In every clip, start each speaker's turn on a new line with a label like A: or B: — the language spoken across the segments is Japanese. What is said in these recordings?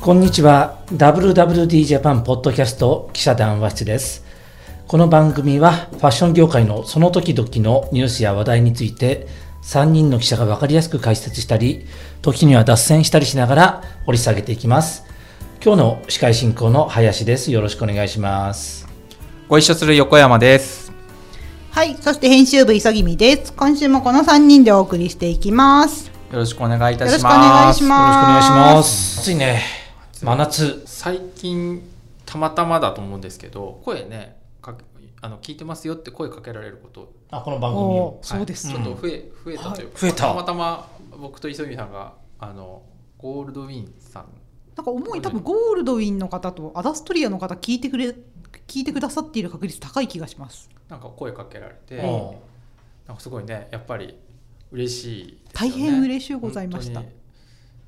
A: こんにちは WWD ジャパンポッドキャスト記者談話室ですこの番組はファッション業界のその時々のニュースや話題について3人の記者が分かりやすく解説したり時には脱線したりしながら掘り下げていきます今日の司会進行の林ですよろしくお願いします
B: ご一緒する横山です。
C: はい、そして編集部急ぎみです。今週もこの3人でお送りしていきます。
B: よろしくお願いいたします。
C: よろしくお願い
A: よろし
C: し
A: くお願いし
C: ま
A: ます暑いね真夏
D: 最近たまたまだと思うんですけど声ねかけあの聞いてますよって声かけられること、
A: あこの番組を
D: はい
C: そうです
D: ちょっと増え増えたというか、
A: 増えた
D: たまたま僕と磯見さんがあのゴールドウィンさん
C: なんか思い多分ゴールドウィンの方とアダストリアの方聞いてくれ聞いてくださっている確率高い気がします。
D: なんか声かけられて、
A: うん
D: なんかすごいねやっぱり嬉しいです
C: 大
D: よね、
C: 変嬉しゅうございました
D: 本。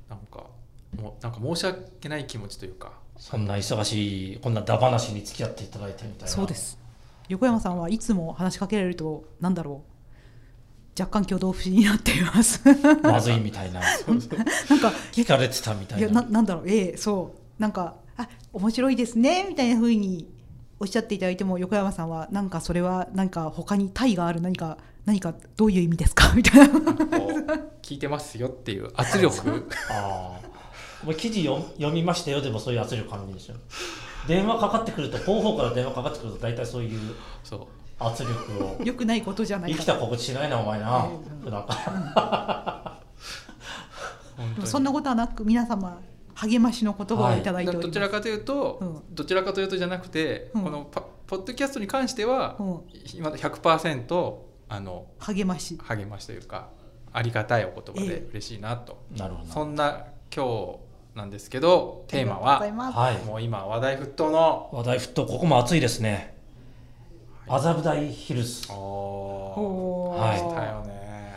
D: 当になんかもうなんか申し訳ない気持ちというか
A: そんな忙しいこんなダ話に付き合っていただいてみたいな
C: そうです。横山さんはいつも話しかけられるとなんだろう若干挙動不審になってい ます。
A: まずいみた いな
C: なんか
A: 聞かれてたみた
C: い
A: い
C: や
A: な
C: ななんだろうええそうなんかあ面白いですねみたいな風におっしゃっていただいても横山さんはなんかそれはなんか他に対がある何か何かどういう意味ですかみたいな
D: こ う聞いてますよっていう圧力
A: ああ。お前記事読読みましたよでもそういう圧力感じでしょ。電話かかってくると、広報から電話かかってくると、大体そういう
D: そう
A: 圧力を。
C: 良くないことじゃない
A: 生
C: か
A: きた心地しないな、お前な。なんか。
C: で
D: 本当
C: も
D: に
C: そんなことはなく皆様励ましの言葉をいただいております、
D: どちらかというと、
C: う
D: どちらかというとじゃなくて、
C: うん
D: このパポッドキャストに関しては、
C: うん
D: 今の100%あの
C: 励まし
D: 励ましというかありがたいお言葉
C: え
D: で
C: え
D: 嬉しいなと、
A: なるほ
D: そ
A: ど
D: んな今日なんですけどテーマ
C: ありがとうござい
D: は
C: ま
A: な。
C: す
A: はい。
D: もう今話題沸騰の
A: 話題沸騰、ここも暑いですね。麻布台ヒルズ。
D: お
C: おー
A: はい
D: ー来たよね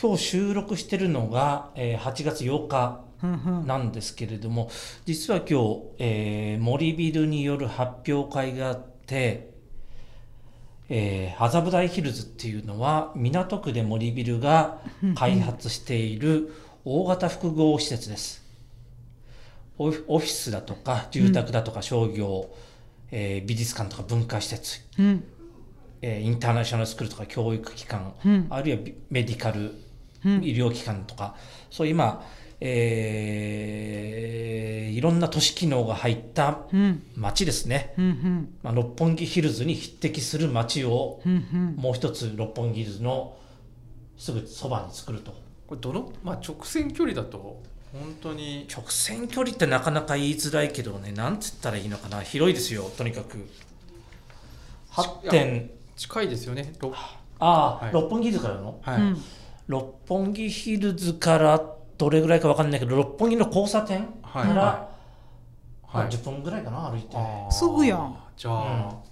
A: 今日収録してるのが、えー8月8日
C: ふんふん
A: なんですけれども、実は今日、えー森ビルによる発表会があって、えー麻布台ヒルズっていうのは港区で森ビルが開発している大型複合施設です。オフオフィスだとか住宅だとか商業、えー美術館とか文化施設、
C: うん
A: えーインターナショナルスクールとか教育機関、
C: うん
A: あるいはビメディカル、
C: うん
A: 医療機関とかそういう今、えーいろんな都市機能が入った
C: うん
A: 街ですね、
C: ふんふん
A: まあ、六本木ヒルズに匹敵する街を
C: ふんふん
A: もう一つ六本木ヒルズのすぐそばに作ると
D: これどの、まあ、直線距離だと本当に
A: 直線距離ってなかなか言いづらいけどねなんつったらいいのかな広いですよとにかく8点
D: 近いですよねろ
A: ああ、
D: はい
A: 六本木ヒルズからの
D: はい、
C: うん
A: 六本木ヒルズからどれぐらいか分かんないけど六本木の交差点
D: は
A: か
D: い
A: ら、ま
D: は
A: あ
D: い
A: 10分ぐらいかな歩いて、
D: あー
C: すぐやん
D: じゃあ、
A: うん、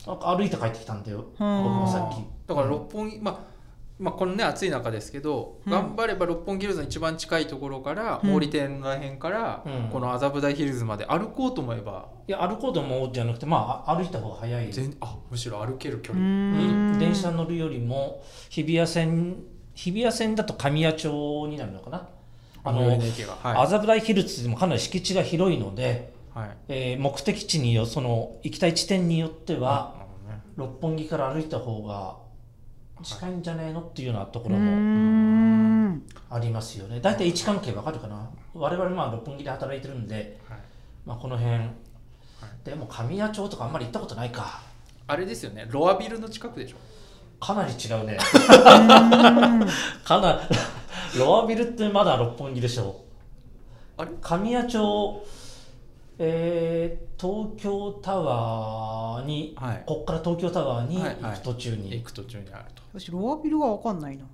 A: なんか歩いて帰ってきたんだよ僕
C: うん
A: もさっき
D: だから六本木、まあまあこのね暑い中ですけど、
C: うん
D: 頑張れば六本木ヒルズの一番近いところから、
C: うん
D: 毛利店らへんから、
A: うん
D: この麻布台ヒルズまで歩こうと思えば、
A: いや歩こうと思うじゃなくてまああ歩いた方が早い、
D: 全あむしろ歩ける距
C: う
A: う
D: 離、
A: ん
C: ん
A: 電車乗るよりも日比谷線日比谷線だと神谷町になるのかなあ
D: あの
A: の
D: 池がは
A: 麻布台ヒルズでもかなり敷地が広いので、
D: い、はい、
A: えー目的地によその行きたい地点によっては、
D: なるほどね
A: 六本木から歩いた方が近いんじゃねえのっていうようなとこ
C: う
A: ろも
C: ん
A: ありますよね大体位置関係わかるかな我々まあ六本木で働いてるんで、
D: はい
A: まあ、この辺、でも神谷町とかあんまり行ったことないか
D: あれですよねロアビルの近くでしょ
A: かなり違うね かな ロアビルってまだ六本木でしょ
D: あれ
A: 神谷町えー東京タワーに、
D: はい
A: こっから東京タワーに
D: はい
A: 行
D: はい
A: く途中に、
D: 行く途中にあると
C: 私ロアビルは分かんないな。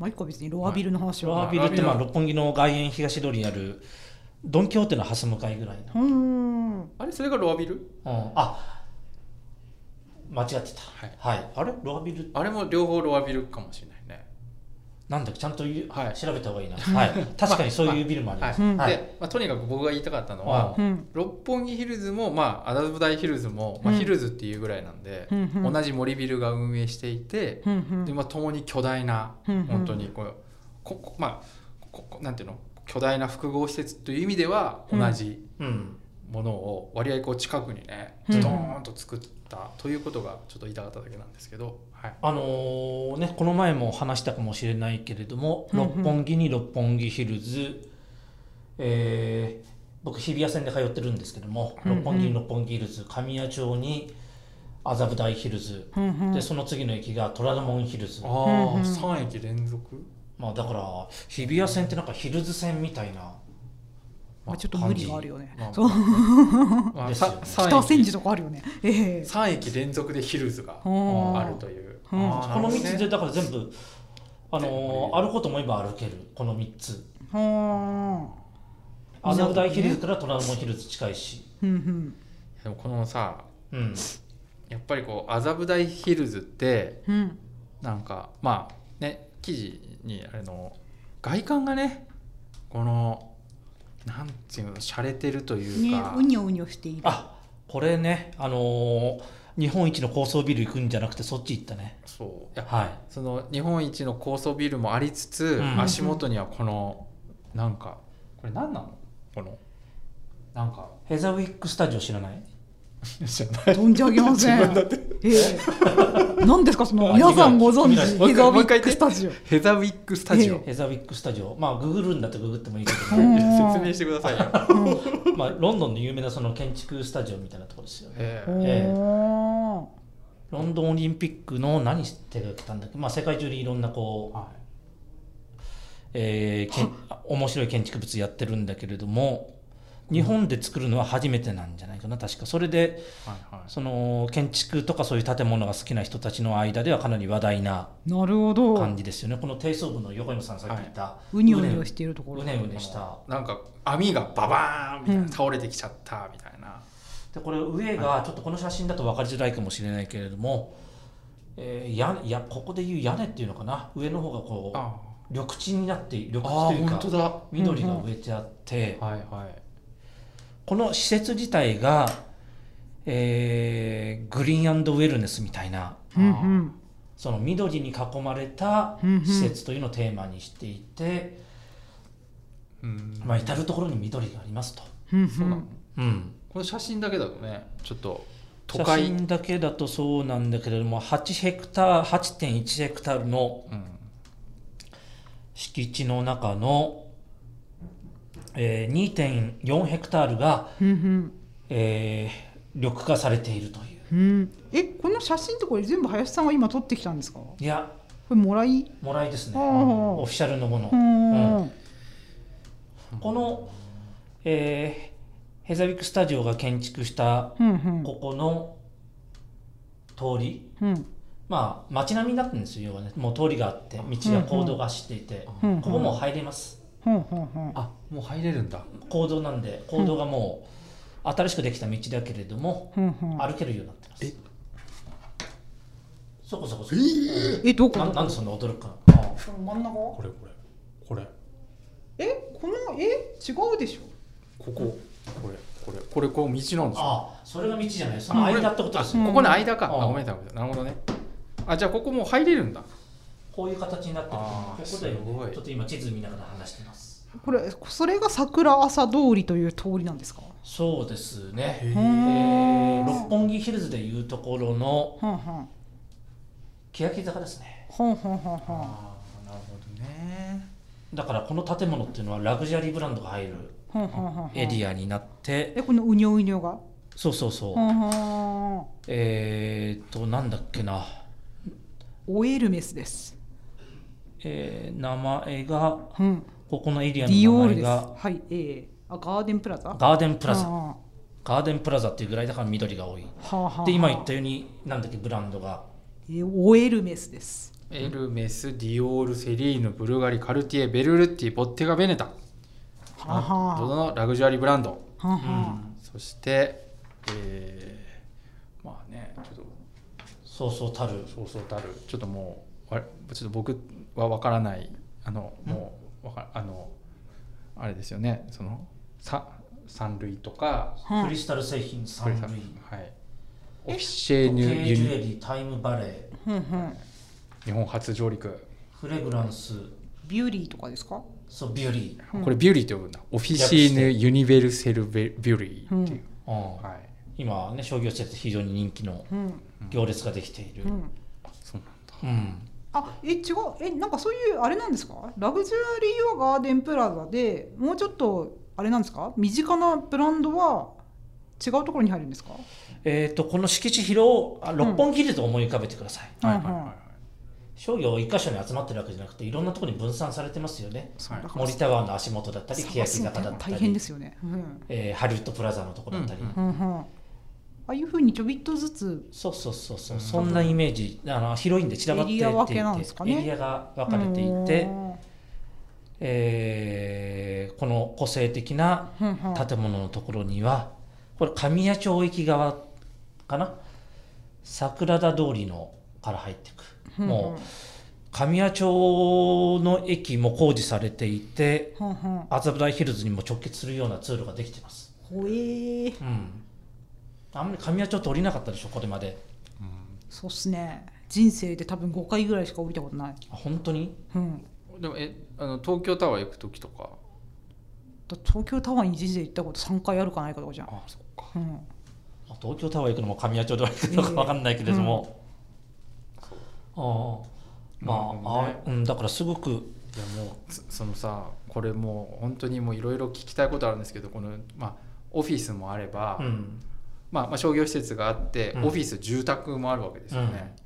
C: まあ、一個別にロアビルの話は。
A: ロアビルってまあ六本木の外苑東通りにあるドン・キホーテの蓮向かいぐらいの、
C: うーん。
D: あれそれがロアビル
A: うん、あ間違ってた
D: はい
A: はい、あれロアビル
D: あれも両方ロアビルかもしれないね
A: なんだっけちゃんと言う、
D: はい
A: 調べた方がいいな、はい、確かにそういうビルもあります、
C: まあまあ
A: はい
D: で、まあ、とにかく僕が言いたかったのは、
A: うん
C: うん。
D: 六本木ヒルズも、まあ、麻布台ヒルズも、まあ、
C: うん
D: ヒルズっていうぐらいなんで、
C: うんうん
D: 同じ森ビルが運営していて、
C: うんうん
D: でまあ、共に巨大な、
C: うんうん
D: 本当にこうここまあここなんていうの巨大な複合施設という意味では同じ
A: うん
D: ものを割合こう近くにね
C: う
D: ド
C: ん
D: ーンと作ったということがちょっと言いたかっただけなんですけど、はい、
A: あのーね、この前も話したかもしれないけれども、
C: うんうん
A: 六本木に六本木ヒルズ、えー僕日比谷線で通ってるんですけども、
C: うんうん
A: 六本木に六本木ヒルズ神谷町に麻布台ヒルズ、
C: うんうん
A: でその次の駅が虎ノ門ヒルズ
D: あ
C: うんうん
D: あ三駅連続
A: まあだから日比谷線ってなんかヒルズ線みたいな
C: まあ、ちょっと無理があるよね
D: まあ。
C: そう
D: まあ
A: ですよ
D: さ
A: ね
C: 北
D: 三
C: 千
D: 駅
C: 住とかあるよね。ええ
D: 三駅連続でヒルズが
C: うん
D: あるという
A: こ
C: うん
D: あーなる
A: の
D: ほどね
A: 3つでだから全部あのー
D: 全部
A: 歩こうと思えば歩けるこの3つ
C: はー
A: 麻布台ヒルズから虎ノ門ヒルズ近いし、
C: うんうん
D: でもこのさ
A: うん、
D: やっぱりこう麻布台ヒルズって
C: うん
D: なんかまあね記事にあれの外観がねこのなんていうの洒落てるという
C: ね
D: か、
C: うにょうにょしている。
A: あこれねあのー日本一の高層ビル行くんじゃなくてそっち行ったね
D: そういや
A: はい
D: その日本一の高層ビルもありつつ、
A: うん
D: 足元にはこのなんかこれ何なのこのなんか
A: ヘザーウィックスタジオ知らない
D: 知らない
C: 存じ上げません。
D: 自分だっ
C: ええ。何ですかその皆さんご存知
A: あ意
D: 外
C: ヒザービ
D: もう一
C: ッ
D: 回
C: クスタジオ。
D: ヘザーウィックスタジオ、
A: ヘザーウィックスタジオまあググるんだってググってもいいけ ど
C: うん
A: も、
D: いや説明してくださいよ、
A: まあ、ロンドンの有名なその建築スタジオみたいなところですよね
D: ええ
A: ええ
C: おー
A: ロンドンオリンピックの何手がけたんだっけ、まあ、世界中にいろんなこう、えーけん 面白い建築物やってるんだけれども日本で作るのは初めてなんじゃないかな確かそれで
D: はいはい
A: その建築とかそういう建物が好きな人たちの間ではかなり話題な
C: なるほど。
A: 感じですよねこの低層部の横山さんさっき言った、
C: うにょうにょしているところ。
A: うねうねした
D: なんか網がババーンみたいな、
C: うん
D: 倒れてきちゃったみたいな
A: でこれ上がちょっとこの写真だと分かりづらいかもしれないけれども、えーややここでいう屋根っていうのかな上の方がこう
D: あ
A: 緑地になって緑
D: あ
A: 地という
D: 本
A: か
D: 当だは
A: 緑が植えてあって、
D: いはい
A: この施設自体が、えーグリーンウェルネスみたいな
C: うんうん。
A: その緑に囲まれた
C: うんうん
A: 施設というのをテーマにしていて、
D: うん
A: まあ、至る所に緑がありますと、
C: うんう
D: そうだ
C: ん。
A: うん、
D: この写真だけだとねちょっと都会
A: 写真だけだとそうなんだけれども8ヘクタール8.1ヘクタールの
D: うん
A: 敷地の中の、えー2.4ヘクタールが、
C: うんうん。
A: えー緑化されているという
C: うん、えこの写真ってこれ全部林さんが今撮ってきたんですかこ
A: いや
C: れもらい
A: もらいですね
C: あー
A: オフィシャルのもの。
C: うん
A: うこの、えーヘザビックスタジオが建築した
C: うんうん
A: ここの通り、
C: うん
A: まあ街並みになってるんですよ要はねもう通りがあって道が公道が走っていて、
C: うんうん
A: ここもう入れます
C: うんうん
D: あもう入れるんだ
A: 公道なんで公道がもう新しくできた道だけれども、
C: うんうん
A: 歩けるようになってます
D: え
A: そこそこそこ、
C: えどこ
A: な
C: ど
A: なん
C: こ
A: でそんな驚くの
C: この真ん中
D: これこれこれ
C: えこのえ違うでしょ
D: こここれこれこれこう道なんですよ
A: ああそれが道じゃないその間ってことですよ、
D: ここの間か、
A: うん
D: あごめんなさいごめんなさいなるほどねあじゃあここもう入れるんだ
A: こういう形になってる
D: あ
A: こ
D: ー
A: こだよ
D: すご
A: ね
D: い
A: ちょっと今地図見ながら話してます
C: これそれが桜朝通りという通りなんですか
A: そうですね、
C: へー
A: えー六本木ヒルズでいうところの
C: はんはん
A: 欅坂ですね
C: はんはんはんは
D: ああなるほどね
A: だからこの建物っていうのはラグジュアリーブランドが入る
C: んはんはんはんはん
A: エリアになって、
C: えこのうにょうにょが
A: そうそうそう、
C: はんはん
A: えーっとなんだっけな、
C: オエルメスです
A: えー名前が
C: うん
A: ここのエリ
C: デ
A: ア
C: ィオ
A: の
C: ー
A: 名前
C: ルです
A: が
C: はいええあガーデンプラザ
A: ガーデンプラザ、
C: は
A: ガーデンプラザっていうぐらいだから緑が多い
C: あはあ
A: で今言ったようになんだっけブランドが
C: えオエルメスです
D: エルメスディオールセリーヌブルガリカルティエベルルッティボッテガベネタ
C: はあはあ
D: どのラグジュアリーブランド
C: はんはん
D: そしてえー、まあねちょっと
A: そうそうたる
D: そうそうたるちょっともうわちょっと僕はわからないあのもうわかあのあれですよねそのさ三類とか
A: クリスタル製品
D: これ
A: 三
D: さ
A: 類
D: はいオフィシェー
A: 時
D: ニュ
A: 計ジュエ
D: ユニ
A: リータイムバレー
C: うんうん
D: 日本初上陸
A: フレグランス
C: ビューリーとかですか
A: そうビューリー、
D: これビューリーと呼ぶんだオフィシーヌ・ユニベルセル・ビューリーっていう、
A: うん
D: はい
A: 今ね商業施設非常に人気の
C: うん
A: 行列ができている、
C: う
A: うん
C: ん
D: そうなんだ
C: あえ違うえなんかそういうあれなんですかラグジュアリーはガーデンプラザでもうちょっとあれなんですか身近なブランドは違うところに入るんですか
A: えー、とこの敷地広をあ六本木ヒルズを思い浮かべてください、
D: はいはいはいはい
A: 商業一箇所に集まってるわけじゃなくていろんなところに分散されてますよね
C: そうだから
A: 森タワーの足元だったり欅
C: 探すの
A: 坂だった
C: 大
A: り
C: 変ですよね、うん
A: えーハリウッドプラザのとこだったり、
D: うんう
C: うん
D: ん
C: うん、ああいうふうにちょびっとずつ、
A: そうそうそうそうそんなイメージあの広いんで散らばって
C: エリア分けなんですかね
A: エリアが分かれていて
C: う、ん
A: えーこの個性的な
C: うんうん
A: 建物のところにはこれ神谷町駅側かな桜田通りのから入っていく、
C: うん
A: もう神谷町の駅も工事されていて
C: うんうん
A: 麻布台ヒルズにも直結するような通路ができてます
C: ほえー、
A: うんあんまり神谷町って降りなかったでしょこれまで
C: そうっすね人生で多分5回ぐらいしか降りたことない、
A: あ本当に
C: うん、
D: でもえあの東京タワー行く時とか
C: だ東京タワーに人生で行ったこと3回あるかないかとかじゃん、
D: あそっか
C: うん、
A: あ東京タワー行くのも神谷町では行くのか分かんないけれども、ああまあ、
D: なるほどね
A: あうんだからすごく
D: いやもうつそのさこれもう本当にもういろいろ聞きたいことあるんですけどこのまあオフィスもあれば、
A: うん
D: まあ、まあ商業施設があって、
A: うん
D: オフィス住宅もあるわけですよね、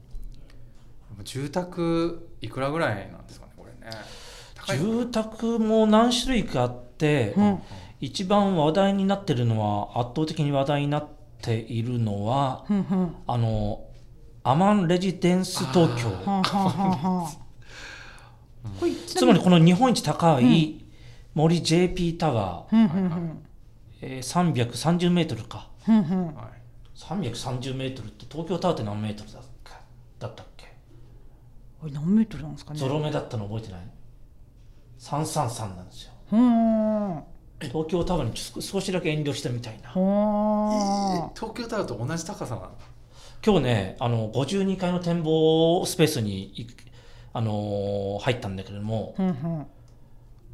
D: 住宅いくらぐらいなんですかねこれね高い
A: 住宅も何種類かあって、
C: うん
A: 一番話題になってるのは圧倒的に話題になっているのは
C: うんうんは
A: あのアマンレジデンス東
C: あ
A: 京
C: はあはあはあこれ
A: つまりこの日本一高
C: う
A: い森 JP タワー、
C: うんうんうん
A: えー、330メートルか
C: うんうん
D: は
A: 330メートルって東京タワーって何メートルだっけだったっけ
C: あれ何メートルなんですかね
A: ゾロ目だったの覚えてない333なんですよ
C: うんは
A: 東京タワーにちょ少しだけ遠慮したみたいない
C: あ
D: 東京タワーと同じ高さなんだ
A: 今日ねあの52階の展望スペースにいあのー入ったんだけれども
C: うんうん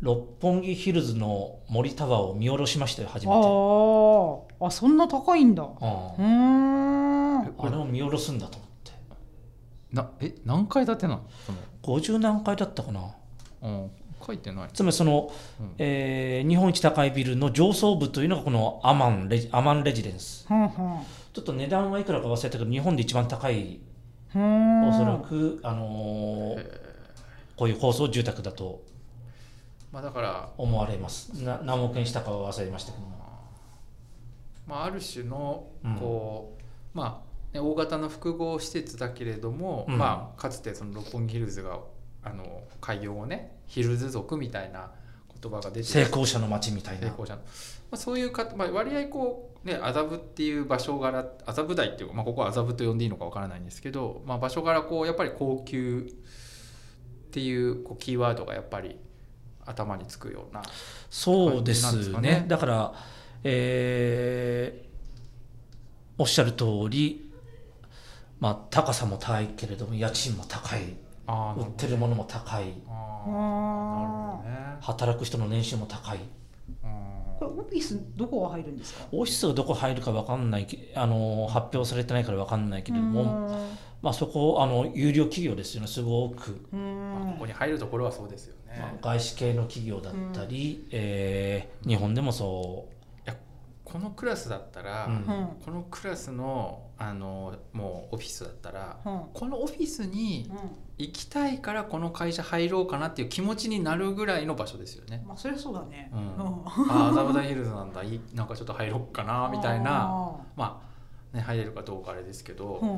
A: 六本木ヒルズの森タワーを見下ろしましたよ初めて、
C: あああそんな高いんだ
A: う
C: うんーんうん
A: あれを見下ろすんだと思って
D: なえ何階建てなのそ
A: 50何階だったかな
D: の、うん、書いてない
A: つまりその、
D: うん
A: えー日本一高いビルの上層部というのがこのアマンレジアマンレジデンス
C: うん
A: ちょっと値段はいくらか忘れたけど日本で一番高い
C: うん
A: おそらく、あのーこういう高層住宅だと
D: まあだから、
A: 思われますな何億円したかは忘れましたけども
D: まあ、ある種の
A: うん
D: こう、まあね大型の複合施設だけれども、
A: うん
D: まあ、かつてその六本木ヒルズがあの開業をねヒルズ族みたいな言葉が出て
A: 成功者の街みたい
D: 成
A: な
D: 功者の、まあ、そういうか、まあ、割合こうね麻布っていう場所柄麻布台っていうか、まあ、ここは麻布と呼んでいいのかわからないんですけど、まあ、場所柄こうやっぱり高級っていうこうキーワードがやっぱり頭につくような
A: そうですね
D: 感じなんですかね
A: だから、えーおっしゃる通りまあ高さも高いけれども家賃も高い
D: あ
A: 売ってるものも高い
D: あー
C: あー
D: なる
A: 働く人の年収も高い
D: ほどね。うん
C: これオフィスどこが入るんですか
A: オフィスがどこ入るか分かんないけあの発表されてないから分かんないけれども、まあ、そこあの有料企業ですよねすごく、
C: うー
D: まあこ
C: ん
D: こに入るところはそうですよね。
A: まあ外資系の企業だったり、えー日本でもそ
D: このクラスだったら、
A: うん
C: うん
D: このクラスのあのもうオフィスだったら、
C: うん
D: このオフィスに行きたいからこの会社入ろうかなっていう気持ちになるぐらいの場所ですよ ね。
C: まあそりゃそうだね
D: うん
C: うん
D: ああ麻布台ヒルズなんだいいなんかちょっと入ろうかなみたいなまあ、ね、入れるかどうかあれですけど、
C: うん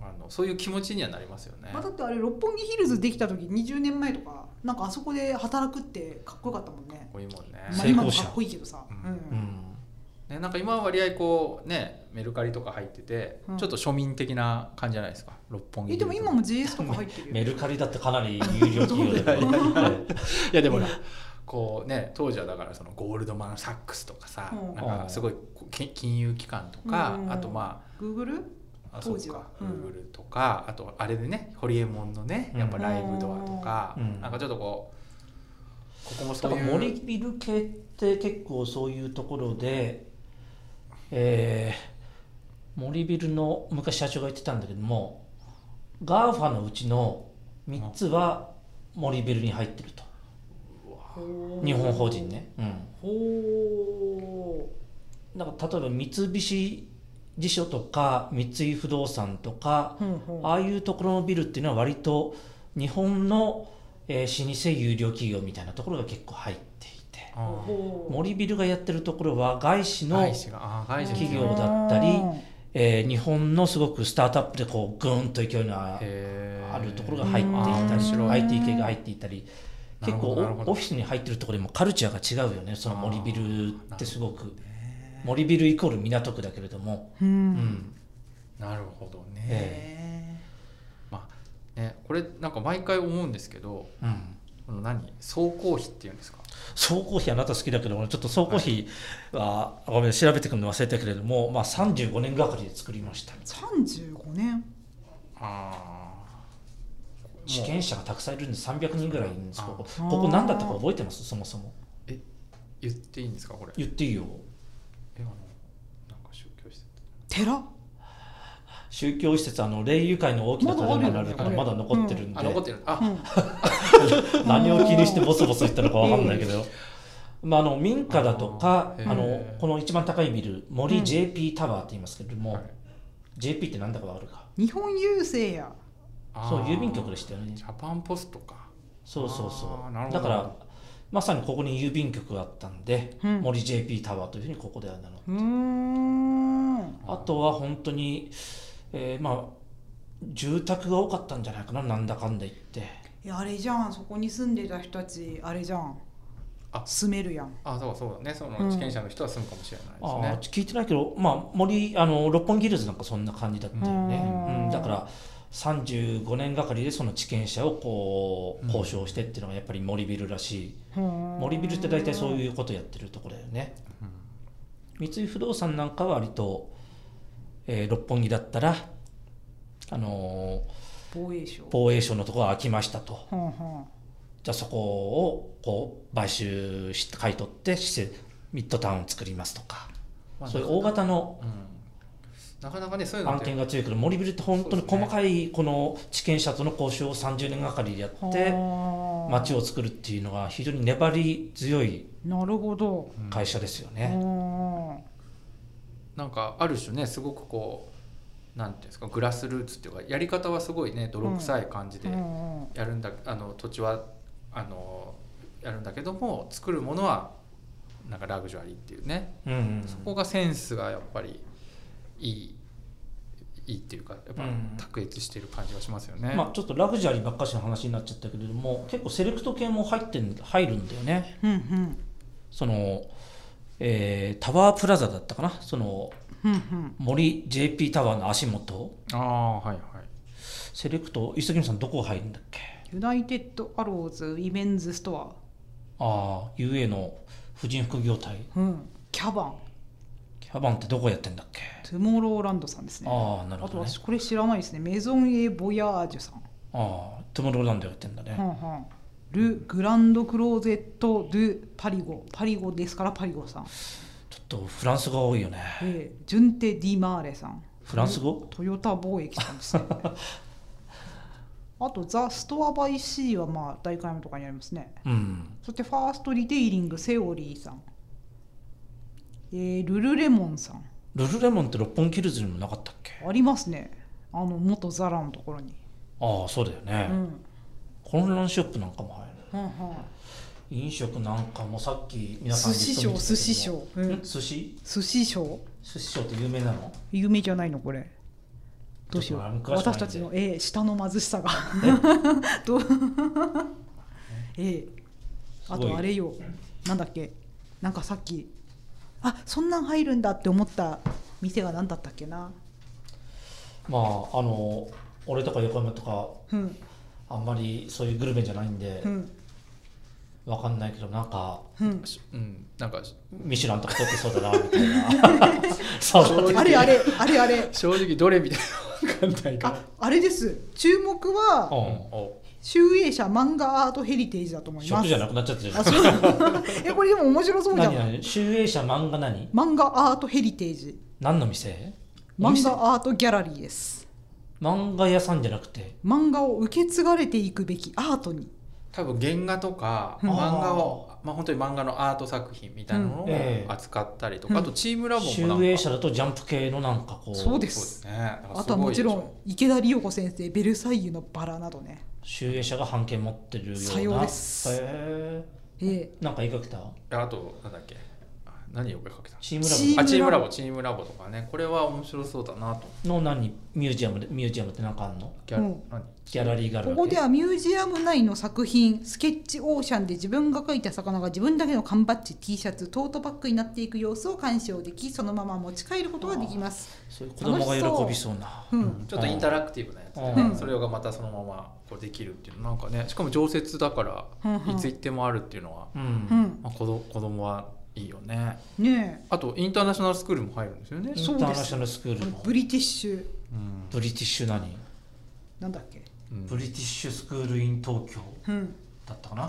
D: あのそういう気持ちにはなりますよね。
C: まあだってあれ六本木ヒルズできた時20年前とかなんかあそこで働くってかっこよかったもんね
D: こういうもんね。
C: まあ
A: 成功
C: 今も
A: 者
C: かっこいいけどさ
D: うん
A: う、うん、
D: ね、なんか今は割合こうねメルカリとか入ってて、
C: うん
D: ちょっと庶民的な感じじゃないですか六本木
C: えでも今も GS とか入ってるよ
A: メルカリだってかなり有料企業だ
D: そうだよ
A: から
D: いやでもほらこうね当時はだからそのゴールドマン・サックスとかさ、
C: うん
D: なんかすごいこうき金融機関とか、
C: うん
D: あとまあ
C: Google?
D: あ
C: 当時は
D: そう
C: う
D: か
C: ん
D: グーグルとか、あとあれでねホリエモンのね
A: うん
D: やっぱライブドアとか、
A: うん
D: なんかちょっとこうここも
A: だ
D: そう
A: か
D: い
A: ら
D: う
A: 森ビル系って結構そういうところで、えー森ビルの昔社長が言ってたんだけどもガーファのうちの3つは森ビルに入ってると日本法人ね、うん、
D: ほ
A: なんか例えば三菱地所とか三井不動産とか
C: うんうん
A: ああいうところのビルっていうのは割と日本の、えー老舗有料企業みたいなところが結構入っていて
D: うあー
A: 森ビルがやってるところは外資の
D: 外、資があー外資
A: 企業だったりえー日本のすごくスタートアップでこうグーンと勢いのああるところが入っていたり
C: へーうん
A: IT 系が入っていたり
D: なる
A: 結
D: ほ
A: 構
D: どなるほど
A: オフィスに入ってるところでもカルチャーが違うよねその森ビルってすごく
D: ね
A: 森ビルイコール港区だけれども、
C: う
A: うんん、
D: なるほどね、
A: え
D: まあねこれなんか毎回思うんですけど
A: うん、
D: この何総工費っていうんですか
A: 総工費あなた好きだけど俺ちょっと総工費は、ごめん調べてくるの忘れたけれども、まあ、35年がかりで作りました
C: 35年
D: あ
A: 試験者がたくさんいるんで300人ぐらいいるんですここ
C: あー
A: ここ何だったか覚えてますそもそも
D: 言っていいんですかこれ
A: 言っていいよ
D: えあのなんか宗教して
C: 寺
A: 宗教施設あの霊友会の大きな建物があるからま
C: ま
A: だ
C: だあるよね
A: 残ってるんで、
D: あ残ってるあ、
C: うん
A: 何を気にしてボソボソ言ったのかわかんないけど、まあ、あの民家だとか
D: あ
A: あの
D: ーへー
A: この一番高いビル
C: う
A: 森
C: ん
A: JP タワーって言いますけれども、
D: はい
A: JP って何だかわかるか
C: 日本郵政や
D: あー
A: そう郵便局でしたよね
D: ジャパンポストか
A: そうそうそ
D: あーなる
A: う
D: ほど
A: だからまさにここに郵便局があったんで、
C: うん
A: 森 JP タワーというふうにここであるの
C: うーん
A: あとは本当に、えーまあ住宅が多かったんじゃないかななんだかんだ言って
C: いやあれじゃんそこに住んでた人たちあれじゃん
D: あ
C: 住めるやん
D: あそうそうだねその
C: うん
D: 被験者の人は住むかもしれない
A: あ
D: で
A: あ聞いてないけど、まあ、森あの六本木ヒルズなんかそんな感じだったよ
C: う
A: ね
C: ん、
A: うん、だから35年がかりでその地権者をこう
D: うん
A: 交渉してっていうのがやっぱり森ビルらしい、森
C: 森
A: ビルって大体そう
C: う
A: いうことやってるところだよね
D: すね、
A: 三井不動産なんかは割と、えー六本木だったら、あの
C: 防衛省
A: ー防衛省のところが空きましたと
C: はんは
A: じゃあそこをこう買収して買い取って施設ミッドタウンを作りますとか、
D: まあ
A: そういう大型の
D: うんなかなかねそういうのっ
A: 案
D: て
A: 件が強いけど森ビルって本当に細かいこの地権者との交渉を30年がかりでや
C: ん
A: って
C: はあ
A: 町を作るっていうのが非常に粘り強い
C: なるほど
D: うん
A: 会社ですよね。
C: ね
D: なんかある種ねすごくこうなんていうんですかグラスルーツっていうかやり方はすごいね泥臭い感じで
C: うんうん
D: やるんだ、あの土地はあのやるんだけども作るものはなんかラグジュアリーっていうね、
A: うんうん
D: そこがセンスがやっぱりいいいいっていうかやっぱ
A: うん
D: 卓越してる感じがしますよね。
A: まあ、ちょっとラグジュアリーばっかしの話になっちゃったけれども結構セレクト系も入ってん入るんだよね
C: うんうん
A: その、えータワープラザだったかなその
C: うんうん
A: 森 JP タワーの足元
D: ああはいはい。
A: セレクト磯君さんどこ入るんだっけ
C: ユナイテッドアローズイメンズスト
A: ああ UA の婦人副業態
C: ア、うん、キャバン
A: キャバンってどこやってんだっけ
C: トゥモローランドさんですね
A: ああなる
C: あ
A: ほ
C: と
A: ど、ね
C: 私、これ知らないですねメゾン・エ・ボヤージュさん、
A: ああトゥモローランドやってんだ
C: は
A: ね、
C: んはんル・グランド・クローゼット・ドゥ・パリゴパリゴですからパリゴさん、
A: ちょっとフランス語が多いよね
C: えー、ジュンテ・ディ・マーレさん
A: フランス語
C: トヨタ貿易さんですね あとザ・ストア・バイ・シーはまあ大会山とかにありますね
A: うん
C: そしてファーストリテイリングセオリーさん、えールルレモンさん
A: ルルレモンって六本木ヒルズにもなかったっけ
C: ありますねあの元ザラのところに、
A: ああそうだよね
C: う、ん
A: 混乱ショップなんかも入る
C: はんは
A: 飲食なんかもさっき
C: ん、
A: 皆さん
C: 寿
A: に
C: 司シ
A: 言
C: ョ
A: っ
C: ー
A: て
C: 寿司
A: ま
C: シ
A: したけども
C: ョー、う
A: ん、寿司
C: ん寿司ショー
A: 寿司ショーって有名なの
C: 有名じゃないのこれどうしよう
A: ちょっと詳しくないんで
C: 私たちの、えー、下の貧しさが どうええあ
A: すごい
C: とあれよなんだっけなんかさっきあそんなん入るんだって思った店が何だったっけな
A: まああの俺とか横山とか
C: うん
A: あんまりそういうグルメじゃないんで、
C: うん
A: わかんないけどなんか
C: うん
D: しうんなんか
A: ミシュランとか取ってそうだなみたいな そう
C: あれあれあれあれ
D: 正直どれみたいなのわかんないか
C: ああれです注目は
A: う
D: ら。
A: ん
D: お
C: 集英社漫画アートヘリテージだと思いま
A: 食
C: す
A: じゃなくなっちゃったじゃん
C: あそう えこれでも面白そうじゃん
A: 何何集英社漫画何
C: 漫画アートヘリテージ
A: 何の店お
C: 漫
A: 店
C: 画アートギャラリーです
A: 漫画屋さんじゃなくて
C: 漫画を受け継がれていくべきアートに
D: 多分原画とか
C: うん
D: 漫画をまあ本当に漫画のアート作品みたいなの
A: うんええ
D: を扱ったりとか、
C: うん
D: あとチームラボも
A: 集
D: なんか
A: 英社だとジャンプ系のなんかこう
C: そうで
D: そうですすねだから
C: あ
D: す
C: とは
D: ご
C: も
D: い
C: ちろん池田理代子先生「ベルサイユのバラ」などね、
A: 集英社が版権持ってるような
C: さようです
A: へえ
C: え
A: なんか言いかけた
D: えあとなんだっけ何を声かけた
A: チームラ
C: チー
D: あチームラボチームラボとかねこれは面白そうだなと
A: ボの何ミュージアムでミュージアムってなんかあんの
D: ギャラ
C: うん
D: 何
A: ギャラリーがあ
C: ー
A: るわ
C: こ
A: け
C: こではミュージアム内の作品「スケッチオーシャン」で自分が描いた魚が自分だけの缶バッジ T シャツトートバッグになっていく様子を鑑賞できそのまま持ち帰ることができます、
A: そういう子供が喜びそうな
C: うん
D: ちょっとインタラクティブなやつでね、
C: うん
D: それがまたそのままこうできるっていうのなんかねしかも常設だから、
C: うんうん
D: いつ行ってもあるっていうのは、
A: うん、
C: うん
D: まあ、子ど子供はいいよね
C: ね
D: あとインターナショナルスクールも入るんですよね
A: イ、
C: そう
A: ンタ
C: です
A: ーナショナルスクー
C: え
A: ルの
C: ブリティッシュ
D: うん
A: ブリティッシュ何、
C: なんだっけ
D: うん
A: ブリティッシュスクールイン東京
C: うん
A: だったかな、うん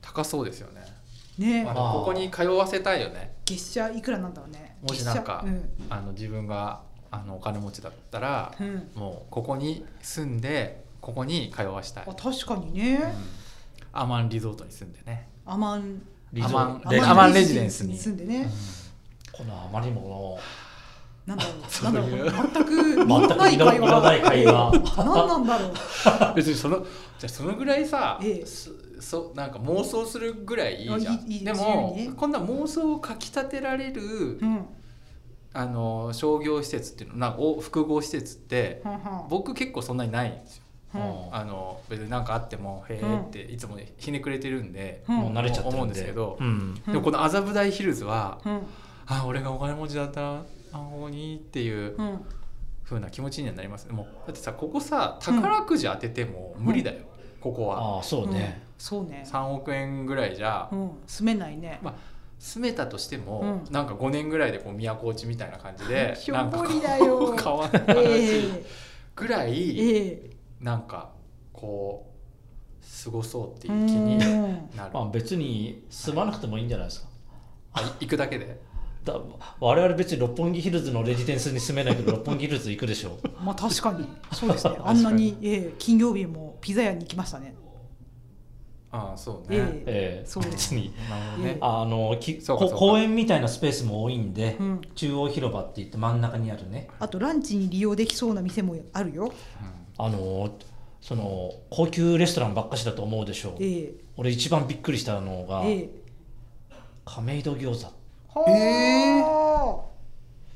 D: 高そうですよね
C: ね
D: あ
C: え
D: のここに通わせたいよね
C: 月謝いくらなんだろうね
D: もしなんか
C: 月謝
D: あの自分があのお金持ちだったら、
C: うん、うん、
D: もうここに住んでここに通わしたい
C: あ、確かにね、
D: うんアマンリゾートに住んで ね、
C: アマン
A: リゾ
D: アマン
A: ー
D: レ
A: ト
D: アマンレジデンスに
C: 住んでね、
A: このあまりにも
C: なんだろ う、
D: そ
C: な
D: うん
C: だ
D: いう
C: ろう、全く
A: の全くいらいらない会話
C: 何なんだろう。
D: 別にそのじゃあそのぐらいさ、
C: ええ
D: そそなんか妄想するぐらいいいじゃ
C: あ
D: ん
C: いいいい
D: でも
C: 自由にね
D: こんな妄想をかきたてられる、
C: うん、は
D: あの商業施設っていうのなんかお複合施設って
C: んはん
D: 僕結構そんなにないんですよ
C: うん
D: あの別に何かあってもへえっていつもひねくれてるんで、
C: うん
A: もう慣れちゃってる
D: 思うんん
A: で
D: ですけど
A: うん
C: うん
D: でもこの麻布台ヒルズは
C: うん、
D: あ俺がお金持ちだったらあここにっていう
C: うん、
D: 風な気持ちにはなりますねもうだってさここさ宝くじ当てても無理だよ、ここは
A: ああそうね、
C: そうね。
D: 3億円ぐらいじゃ
C: うん、住めないね。
D: 住めたとしても、
C: う
D: なんか5年ぐらいでこう都落ちみたいな感じで
C: しょんぼり
D: なんか
C: だ
D: こ
C: よ
D: う。 変わんない
C: え
D: 話ぐら
C: え
D: い
C: え
D: なんかこう過ごそうって
C: え
D: いう気に
C: うん
D: なる
A: まあ別に住まなくてもいいんじゃないですか
D: あい行くだけで
A: だ我々別に六本木ヒルズのレジデンスに住めないけど六本木ヒルズ行くでしょ
C: まあ確かにそうですね あ
D: 確かに
C: んなに、ええ金曜日もピザ屋に行きましたね
D: ああそう
C: え
D: ね、
A: ええ
C: そう
A: 別に
D: なるほどね、
C: え
A: あのき
D: そうかそう
A: こ
D: か
A: 公園みたいなスペースも多いんで、
C: うん
A: 中央広場って言って真ん中にあるね
C: あとランチに利用できそうな店もあるよ、
A: あのその高級レストランばっかしだと思うでしょう
C: え
A: 俺一番びっくりしたの
C: え
A: が、
C: ええ
A: 亀戸餃子
C: はあ、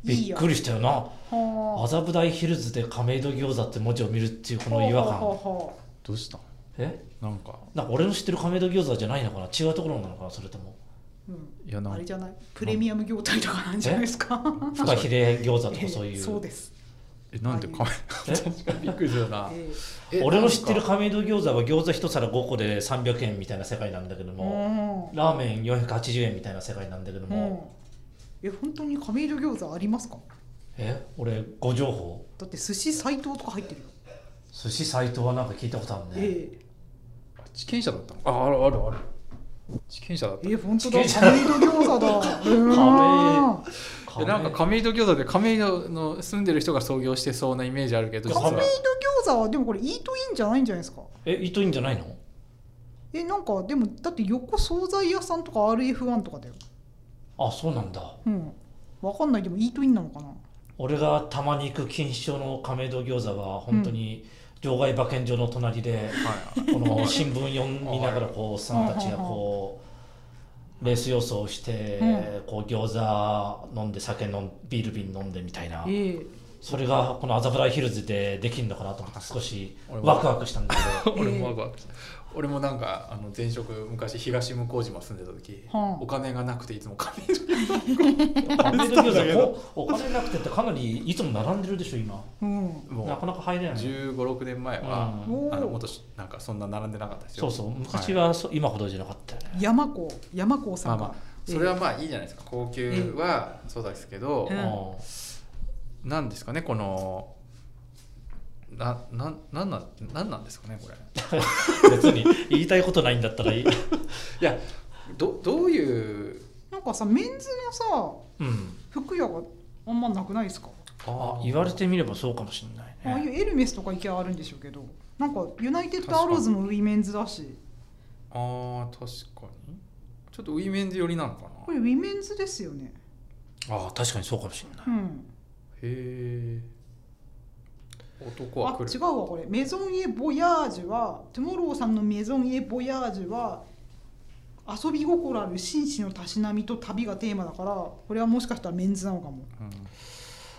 C: いい
A: びっ
C: や
A: くりしたよな
C: はあ
A: 麻布台ヒルズで亀戸餃子って文字を見るっていうこの違和
C: は
A: 感
C: あはあはあ
D: どうした
A: え
D: なんか
A: なんか俺の知ってる亀戸餃子じゃないのかな違うところなのかなそれとも
C: うん
D: いやな
C: あれ
D: んか
C: じゃないプレミアム業態とかなんじゃないですか。
A: フカヒレ餃子とかそう
C: え
A: い
C: え
A: う
C: そうです。
D: えなんでか
A: え
D: 確かにびっくりするな
C: え
D: え
A: 俺の知ってる
D: なんか
A: 亀戸餃子は餃子一皿5個で300円みたいな世界なんだけど
C: え
A: も、ラーメン480円みたいな世界なんだけど
C: うんうん
A: も、
C: え本当に亀戸餃子ありますか。
A: え俺ご情報
C: だって寿司斎藤とか入ってるよ。
A: 寿司斎藤はなんか聞いたことあるね、
C: ええ
D: あ地権者だったのああるあるある地権者だった
C: ええ本当だ
A: チキン
C: 亀戸餃 子だ。うん
D: えなんか亀戸餃子で亀戸の住んでる人が創業してそうなイメージあるけど実は
A: 亀
C: 亀戸餃子はでもこれイートインじゃないんじゃないですか。
A: えいといんじゃないの
C: えなんかでもだって横惣菜屋さんとか RF1 とかだよ。
A: あそうなんだ
C: うん。わかんないでもイートインなのかな。
A: 俺がたまに行く錦糸町の亀戸餃子は本当に場外馬券場の隣で、
D: はい
A: この新聞読みながらこうおっさんたちがこうレース予想して、
C: う
A: こう餃子飲んで酒飲んビール瓶飲んでみたいな
C: ええ
A: それがこの麻布台ヒルズでできるのかなと思って少しワクワクしたんだけど
D: 俺もワクワクした俺もなんかあの前職昔東向島住んでた時、
C: はあ
D: お金がなくていつも亀戸
A: 亀戸餃子こうお金なくてってかなりいつも並んでるでしょ今
C: うん。
D: もう
A: なかなか入れない、
D: 1 5六6年前は、
A: うん
C: お
D: あの
C: お
D: もっ。としなんかそんな並んでなかったですよ
A: そうそう昔はそう、今ほどじゃなかったよね
C: 山子山子さ
D: まあ
C: んが。
D: まあそれはまあいいじゃないですか高級はそうですけど、
C: うん
A: うん
D: なんですかねこのななんなんなんなんなんですかねこれ
A: 別に言いたいことないんだったらいい。
D: いやどどういう
C: なんかさメンズの
A: うん
C: さ服屋があんまなくないですか
A: あ言われてみればそうかもしれないね。
C: ああいうエルメスとか IKEA あるんでしょうけどなんかユナイテッドアローズもウィメンズだし
D: あー確かにちょっとウィメンズ寄りなのかな
C: これウィメンズですよね
A: ああ確かにそうかもしれない。
C: うん
D: へえ男は
C: あ
D: 来
C: 違
D: る
C: うわこれメゾン・エ・ボヤージュはトゥモローさんのメゾン・エ・ボヤージュは遊び心ある紳士のたしなみと旅がテーマだからこれはもしかしたらメンズなのかも
D: うん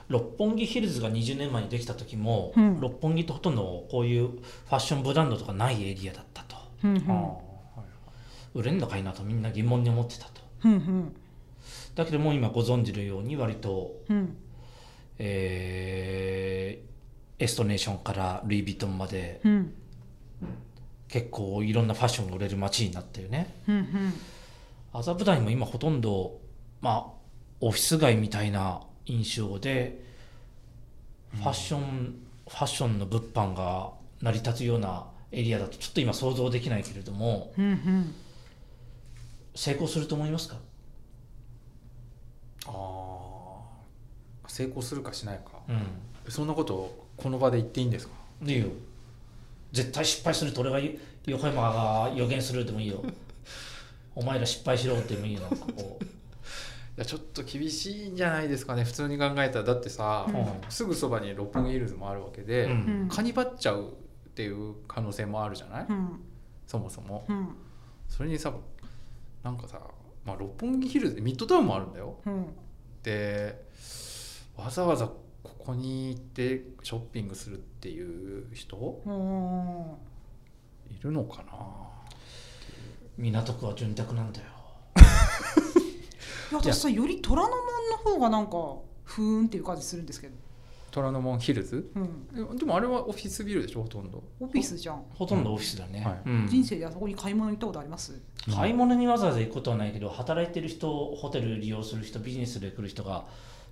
A: 六本木ヒルズが20年前にできた時も、
C: うん
A: 六本木ってほとんどこういうファッションブランドとかないエリアだったと
C: ふんふ
D: あー
C: ん
D: はい
A: 売れんのかいなとみんな疑問に思ってたと
C: ふんふん
A: だけどもう今ご存知のように割と、
C: ふん
A: えーエストネーションからルイ・ヴィトンまで
C: ふん
A: 結構いろんなファッションが売れる街になったよね
C: ふんふん
A: 麻布台も今ほとんどまあオフィス街みたいな印象でファッション、ファッションの物販が成り立つようなエリアだとちょっと今想像できないけれども
C: ふんふん
A: 成功すると思いますか、
D: あー成功するかしないか
A: うん、
D: そんなことこの場で言っていいんですか
A: いいよ絶対失敗すると俺が言横山が予言するでもいい よお前ら失敗しろってでもいいよなんかこう
D: いやちょっと厳しいんじゃないですかね普通に考えたらだってさ、
A: うん
D: すぐそばに六本木ヒルズもあるわけで、
A: うん
C: うん
D: カニバっちゃうっていう可能性もあるじゃない、
C: ふん
D: そもそも
C: ふん
D: それにさなんかさ、まあ、六本木ヒルズミッドタウンもあるんだよ
C: ふん
D: でわざわざここに行ってショッピングするっていう人
C: お
D: いるのかな
A: 港区は潤沢なんだよ
C: ーいや私さより虎ノ門の方がなんかふーんっていう感じするんですけど、
D: 虎ノ門ヒルズ
C: うん、
D: えでもあれはオフィスビルでしょほとんど
C: オフィスじゃん、
A: ほとんどオフィスだね、
D: はい
A: うん
C: 人生であそこに買い物行ったことあります
A: 買い物にわざわざ行くことはないけど働いてる人ホテル利用する人ビジネスで来る人が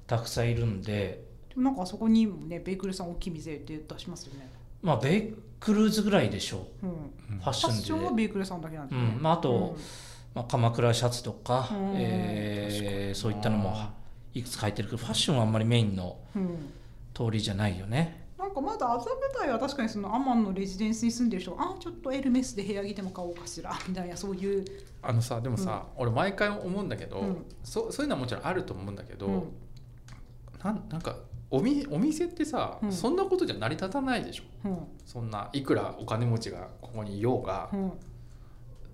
A: たくさんいるんで
C: でもなんかあそこにもねベークルさん大きい店で出しますよね、
A: まあベイクルーズぐらいでしょ
C: うん、
A: うファッ
C: フ
A: シ
C: ァッシ
A: ョ
C: ョ
A: ン
C: ン
A: で
C: はベークルさんだけなんで
A: う
C: すね
A: ん。まあ、あと、
C: うん
A: まあ、鎌倉シャツとか、
C: うん
A: えーそういったのも
D: あ
A: いくつか入ってるけどファッションはあんまりメインの
C: うん
A: 通りじゃないよね
C: なんかまだ麻布台は確かにそのアマンのレジデンスに住んでる人があちょっとエルメスで部屋着でも買おうかしらみたいなそういう、
D: あのさでもさ、俺毎回思うんだけど、
C: うん
D: そそういうのはもちろんあると思うんだけど、
C: うん
D: なんなんかおみお店ってさ、
C: うん
D: そんなことじゃ成り立たないでしょ
C: うん
D: そんないくらお金持ちがここにいようが、
C: うん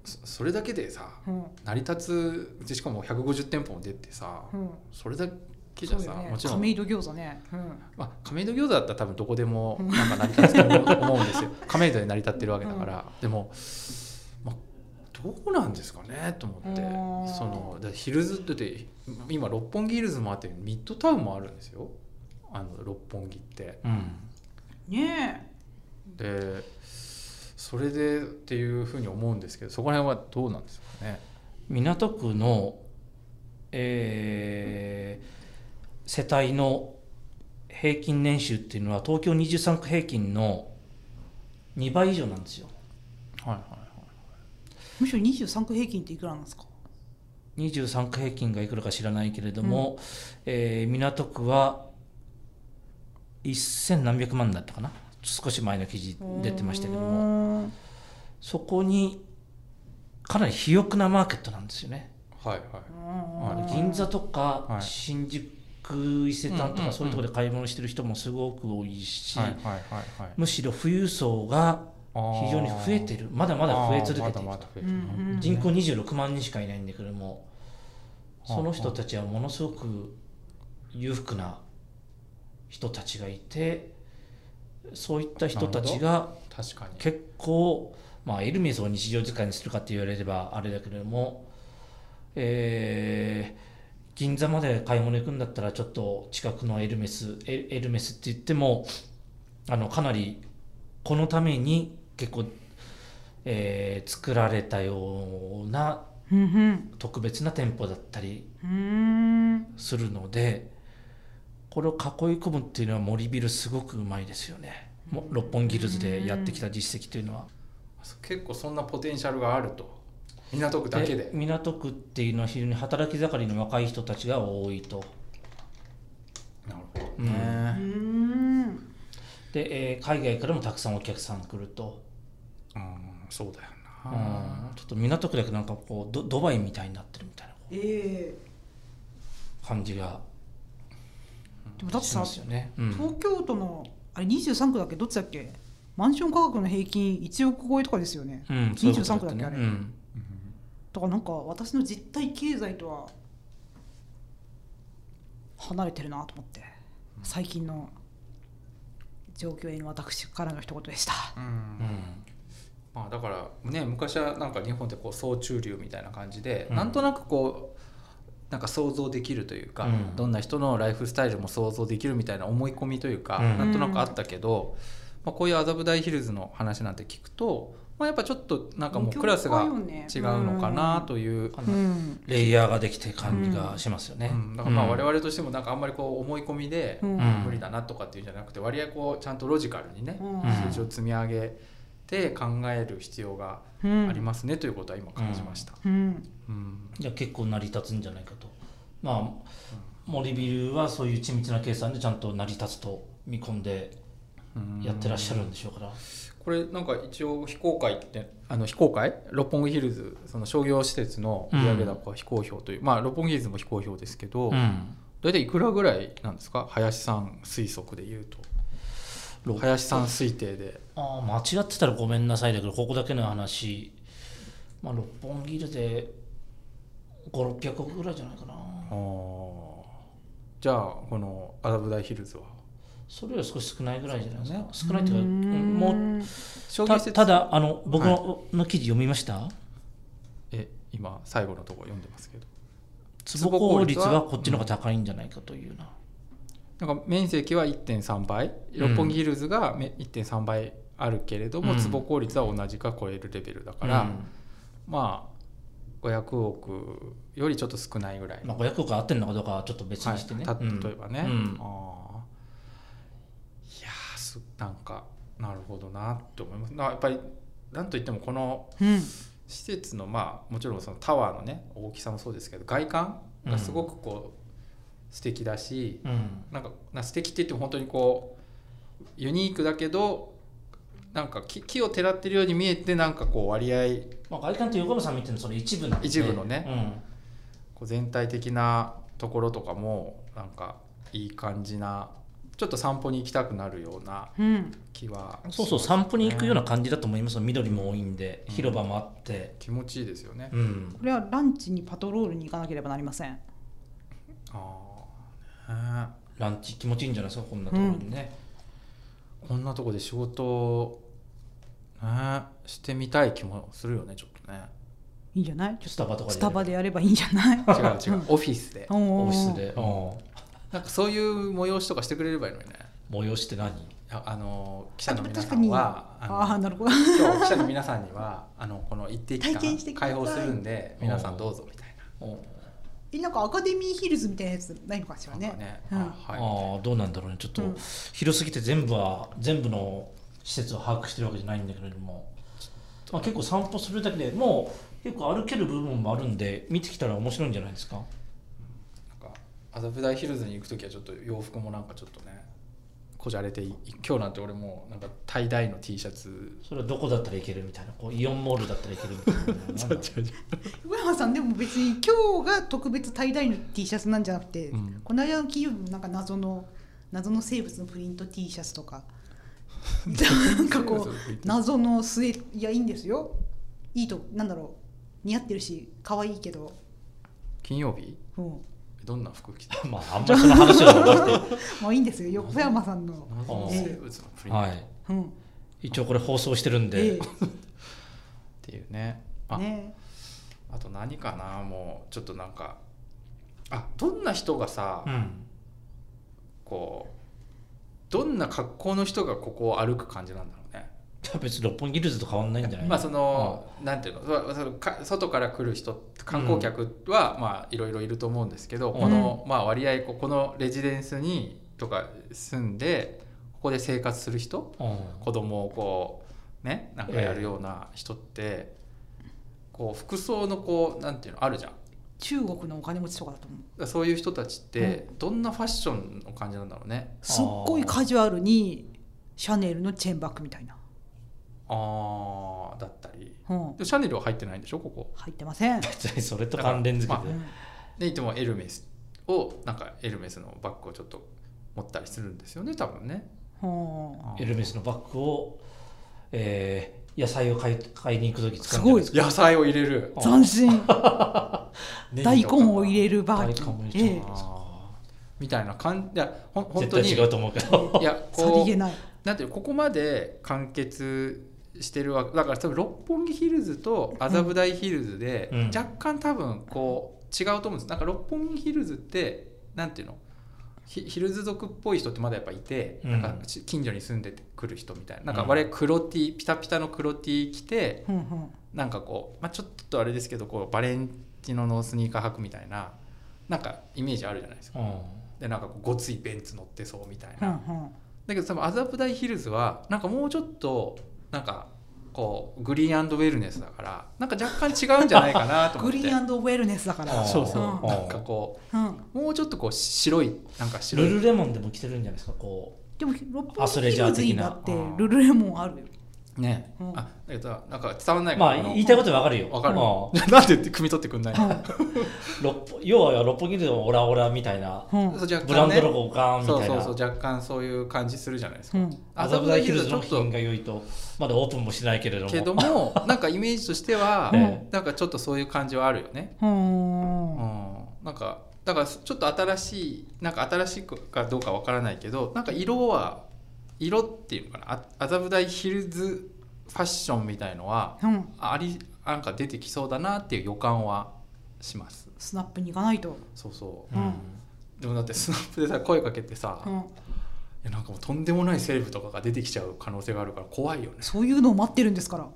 D: そそれだけでさ
C: うん
D: 成り立つでしかも150店舗も出てさ、
C: うん、
D: それだけじ
C: そ
D: ゃ
C: うよ
D: さ、
C: ね
D: もちろん
C: 亀戸餃子ね、うん
D: まあ、亀戸餃子だったら多分どこでもなんか成り立つと思う思うんですよ亀戸で成り立ってるわけだから、でも、まあ、どうなんですかねと思って
C: うん
D: そのだってヒルズってだって今六本木ヒルズもあってミッドタウンもあるんですよあの六本木って。
A: うん
C: ね
D: でそれでっていうふうに思うんですけどそこら辺はどうなんですかね。
A: 港区の、えー世帯の平均年収っていうのは東京23区平均の2倍以上なんですよ
D: はいはいはい
C: えむしろ23区平均っていくらなんですか
A: 23区平均がいくらか知らないけれども、えー港区は1000何百万だったかな少し前の記事出てましたけども
C: も
A: そこにかなり肥沃なマーケットなんですよね
D: はいはいあれ
A: 銀座とか
D: はい
A: 新宿伊勢丹と
D: うんうんう
A: か
D: ん
A: そういうところで買い物してる人もすごく多いし、
D: はいはいはいはい
A: むしろ富裕層が
D: あー
A: 非常に増えてるまだまだ増え続けて
D: あー
A: い
D: まだま
A: く
D: だ増えてる
C: うんうん
A: 人口26万人しかいないんだけども
D: はあ
A: その人たちはものすごく裕福な人たちがいてそういった人たちが
D: 確かに
A: 結構、まあ、エルメスを日常使いにするかって言われればあれだけれども、えー銀座まで買い物行くんだったらちょっと近くのエルメスエエルメスって言ってもあのかなりこのために結構、えー作られたような
C: うんうん
A: 特別な店舗だったり
C: うん
A: するのでこれを囲い込むっていうのは森ビルすごくうまいですよね。
C: う
A: も六本木ヒルズでやってきた実績というのは
D: 結構そんなポテンシャルがあると港区だけで
A: 港区っていうのは非常に働き盛りの若い人たちが多いと
D: なる
A: う
D: ほど
A: ん
E: う
D: ね、
E: ん
A: で、えー海外からもたくさんお客さん来ると、
D: うんそうだよ
A: うん
D: な、
A: ちょっと港区だけなんかこうドドバイみたいになってるみたいな
E: え
A: 感じが
E: ー、でもだって
A: し
E: さ
A: ますよね。うん
E: 東京都のあれ23区だっけどっちだっけマンション価格の平均1億超えとかですよね
A: うん、そういうこと
E: 23区だっけあれ
A: うん
D: うん
E: だからなんか私の実体経済とは離れてるなと思って最近の状況への私からの一言でした
D: う
A: うんん
D: まあ、だからね昔はなんか日本ってこう総中流みたいな感じで、
A: うん
D: なんとなくこうなんか想像できるというか、
A: うん
D: どんな人のライフスタイルも想像できるみたいな思い込みというか、
A: うん
D: なんとなくあったけど、まあ、こういう麻布台ヒルズの話なんて聞くと、まあ、やっぱちょっとなんかもうクラスが違うのかなという、
A: か
E: う
A: なり
E: ん
A: レイヤーができて感じがしますよね。
D: うんだからまあ
A: うん
D: 我々としてもなんかあんまりこう思い込みで
E: うん
A: うん
D: 無理だなとかっていうんじゃなくて割合こうちゃんとロジカルにね
E: うん
A: うん
D: 数字を積み上げて考える必要が
E: うん
D: ありますねということは今感じました。
E: うん
D: うん
A: じゃあ結構成り立つんじゃないかと。まあ、森ビルはそういう緻密な計算でちゃんと成り立つと見込んでやってらっしゃるんでしょうから。
D: これなんか一応非公開ってあの非公開六本木ヒルズその商業施設の売上高非公表という、まあ六本木ヒルズも非公表ですけど、
A: うん
D: 大体いくらぐらいなんですか林さん推測で言うと
A: 六
D: 林さん推定で
A: ああ間違ってたらごめんなさいだけどここだけの話、まあ、六本木で5600億ぐらいじゃないかな
D: じゃあこの麻布台ヒルズは
A: それより少し少ないぐらいじゃないですか、少ないというかうんもう
D: 商業
A: た
D: 施設
A: ただあの僕の,、の記事読みました
D: え今最後のところ読んでますけど
A: 坪効率はこっちの方が高いんじゃないかというな、
D: なんか面積は1.3倍
A: うん
D: 六本木ヒルズがめ1.3倍あるけれども、
A: うん
D: 坪効率は同じか超えるレベルだから、まあ500億よりちょっと少ないぐらい、
A: うんまあ、500億合ってるのかどうかはちょっと別にしてね、
D: はい
A: うん
D: た例えばね、
A: うん
D: ああいやーすなんかなるほどなって思いますなやっぱりなんといってもこの
E: うん
D: 施設のまあもちろんそのタワーのね大きさもそうですけど外観がすごくこう、素敵だし、
A: うん
D: なんかな素敵って言っても本当にこうユニークだけどなんか木木をてらってるように見えてなんかこう割合
A: まあ、外観と横山さん見てるのはその一部なんで
D: 一部のね
A: うん
D: こう全体的なところとかもなんかいい感じなちょっと散歩に行きたくなるような
E: うん
D: 気は
A: そうそう散歩に行くような感じだと思いますよ緑も多いんで
D: うん
A: 広場もあって
D: 気持ちいいですよね。
A: うん
E: これはランチにパトロールに行かなければなりません
D: あーね
A: ランチ気持ちいいんじゃないですかこんなところにね、
D: こんなとこで仕事を、ね、してみたい気もするよねちょっとね。
E: いいんじゃない
A: スタバとか
E: スタバ
A: で
E: でやればいいんじゃない
D: 違う違 うオフィスで
A: オフィス
E: で
A: で、うん
D: なんかそういう催しとかしてくれればいいのにね。
A: 催しって何
D: ああの記者の皆さんはあの
E: ああなるほど
D: 今日記者の皆さんにはあのこの一定期
E: 体験して
D: 間
E: ください
D: 開放するんで皆さんどうぞみたい
A: うん
E: えなんかアカデミーヒルズみたいなやつないのかしら
D: な。
E: ね
D: なんかね
E: うん
D: あは
A: ああどうなんだろうねちょっと
E: うん
A: 広すぎて全部は全部の施設を把握してるわけじゃないんだけれども、まあ、結構散歩するだけでもう結構歩ける部分もあるんで見てきたら面白いんじゃないですか
D: い。なんか麻布台ヒルズに行くときはちょっと洋服もなんかちょっとねこじゃれてい今日なんて俺もうなんかタイダイの T シャツ。
A: それはどこだったらいけるみたいなこうイオンモールだったらいけるみたいななんだろう
E: 横山さんでも別に今日が特別大々の T シャツなんじゃなくて、
D: うん
E: この間の金曜日もなんか謎の謎の生物のプリント T シャツとかなんかこう謎の末いやいいんですよいいとなんだろう似合ってるし可愛いけど、
D: 金曜日
E: うん、
D: どんな服着てた？
A: まああんまりその話はなくて、
E: まあいいんですよ横山さんの、
D: 謎の生物の プリント
A: は
D: っ
A: い、
E: うん、
A: 一応これ放送してるんで、
E: え
D: ていうね。
E: え
D: あ
E: ね
D: あと何かなもうちょっとなんかあどんな人がさ、
A: うん
D: こうどんな格好の人がここを歩く感じなんだろうね。
A: じゃあ別に六本木ヒルズと変わんないんじゃない
D: まあその、なんていうのそそのか外から来る人観光客は、まあいろいろいると思うんですけど、
A: うん
D: この、まあ、割合ここのレジデンスにとか住んでこで生活する人
A: うん
D: 子供をこうねなんかやるような人って、こう服装のこうなんていうのあるじゃんだか
C: 中国のお金持ちとかだと思う
D: らそういう人たちってどんなファッションの感じなんだろうね
C: すっごいカジュアルにシャネルのチェーンバッグみたいな、
D: あーだったり
C: うん、
D: でシャネルは入ってないんでしょここ
C: 入ってません、
A: 別にそれと関連づけ
D: まあ
A: て、
D: でいつもエルメスをなんかエルメスのバッグをちょっと持ったりするんですよね多分ね
C: うん、
A: エルメスのバッグを、えー野菜を買い買いに行く時使
C: す
A: うんじゃない
C: ご
A: で
C: い
A: すか
D: 野菜を入れる
A: あ
C: 斬新
A: ネギ
C: 大
A: と
C: 根
A: か
C: を入れるバーキ
A: 大根も入れ
C: ン
A: ちゃう
C: ええ
D: あーみたいな感じいやほん本
A: 絶
D: 当
A: 対
D: に
A: 違うと思うけ ど
D: いや
C: さ
D: こ
C: りげ
D: う
C: ない
D: なんていうのここまで完結してるわけだから多分六本木ヒルズと麻布台ヒルズで
A: うん
D: 若干多分こう違うと思うんですなんか六本木ヒルズってなんていうのヒヒルズ族っぽい人ってまだやっぱいて、
A: うん
D: なんかし近所に住んでくる人みたいななんか
A: うん
D: 我々黒 T ピタピタの黒 T 着て
C: うんうん
D: なんかこう、まあ、ちょっとあれですけどこうバレンティノのスニーカー履くみたいななんかイメージあるじゃないですか。
A: う
D: でなんかこうごついベンツ乗ってそうみたい
C: うんう
D: な、
C: ん
D: だけど多分麻布台ヒルズはなんかもうちょっとなんかこうグリーンウェルネスだからなんか若干違うんじゃないかなと
C: グ
D: 思って
C: リーンウェルネスだから、
A: あー
D: そうそう
C: うん
D: なんかこ
C: うん、
D: うもうちょっとこう白いなんか
A: ん、
D: 白
A: ル
D: い
A: ルレモンでも着てるんじゃないですかこ
C: でも六
A: ア
C: 本
A: ス
C: 木
A: レ
C: ヒ
A: ジャー
C: ルズ
A: 的
C: に
A: な
C: だって
D: うん
C: ルルレモンあるよ
D: ね、
C: うん
D: あだけどなんか伝わんな
A: う
D: い
A: ま
D: な
A: あ
D: この
A: 言いたいことわかるよ
D: わかる
A: うん
D: なんで汲み取ってくんないの、
A: 六本要は六本木でのオラオラみたいな
C: うん
D: そう若干ね
A: ブランドロゴガーンみ
D: そう
A: たい
D: そう
A: な
D: そう若干そういう感じするじゃないです
C: う
D: か、
C: ん
A: 麻布台ヒルズ
D: ち
A: の
D: ょっと
A: 品が良いとまだオープンもしないけれども
D: けどもなんかイメージとして は、
A: え
D: なんかちょっとそういう感じはあるよね
C: うんうん
D: うんなんかだからちょっと新しいなんか新しいかどうかわからないけどなんか色は色っていうのかなあ麻布台ヒルズファッションみたいのは
C: うん
D: ありなんか出てきそうだなっていう予感はします
C: スナップに行かないと、
D: そうそう
A: うん
D: でもだってスナップでさ声かけてさ、
C: う
D: い
C: ん、
D: やなんかもうとんでもないセリフとかが出てきちゃう可能性があるから怖いよね
C: そういうのを待ってるんですから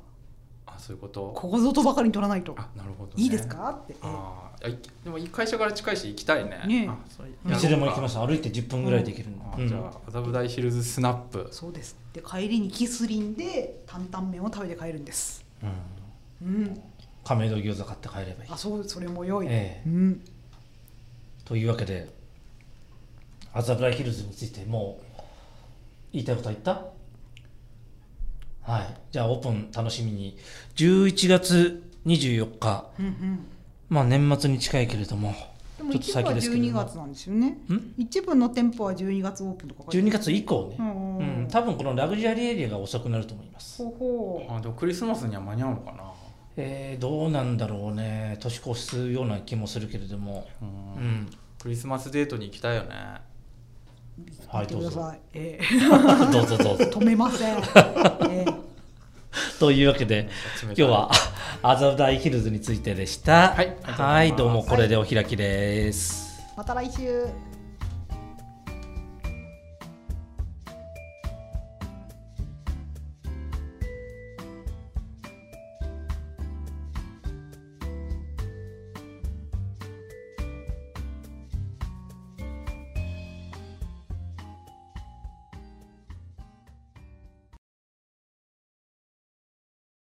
D: あそういうこと
C: ここぞとばかりに取らないと
D: あなるほど、ね、
C: いいですかって
D: あーいやでもいい会社から近いし行きたいね
C: ねえ
D: あそれやろう
A: い
D: か
A: つでも行きました歩いて10分ぐらいで行けるんだ
D: あ
A: うん
D: じゃあ麻布台ヒルズスナップ
C: そうですで帰りにキスリンで担々麺を食べて帰るんです
A: うん
C: うん
A: 亀戸餃子買って帰ればいい
C: あそうそれも良い、
A: ええ
C: うん
A: というわけで麻布台ヒルズについてもう言いたいことは言ったはいじゃあオープン楽しみに11月24日
C: うんうん
A: まあ年末に近いけれども
C: でも
A: ちょっと
C: 一部
A: 先
C: は
A: ですけれど
C: 12
A: も
C: 月なんですよね
A: ん
C: 一部の店舗は12月オープンとか書いてある
A: 12月以降
C: う
A: ね、
C: ん
A: う
C: うん
A: ん、多分このラグジュアリーエリアが遅くなると思います、
C: ほほ
D: あでもクリスマスには間に合うのかな
A: えー、どうなんだろうね年越すような気もするけれども
D: うん
A: うん
D: クリスマスデートに行きたいよね
A: はいど
C: 見て
A: う
C: くだ
A: ぞ
C: さい、え
A: どうぞどう
C: え
A: ぞ
C: 止めません、ええ
A: というわけで
D: 今
A: 今日は麻布台ヒルズについてでした
D: はいありがとうございます
A: はいどうもこれでお開きです、
C: また来週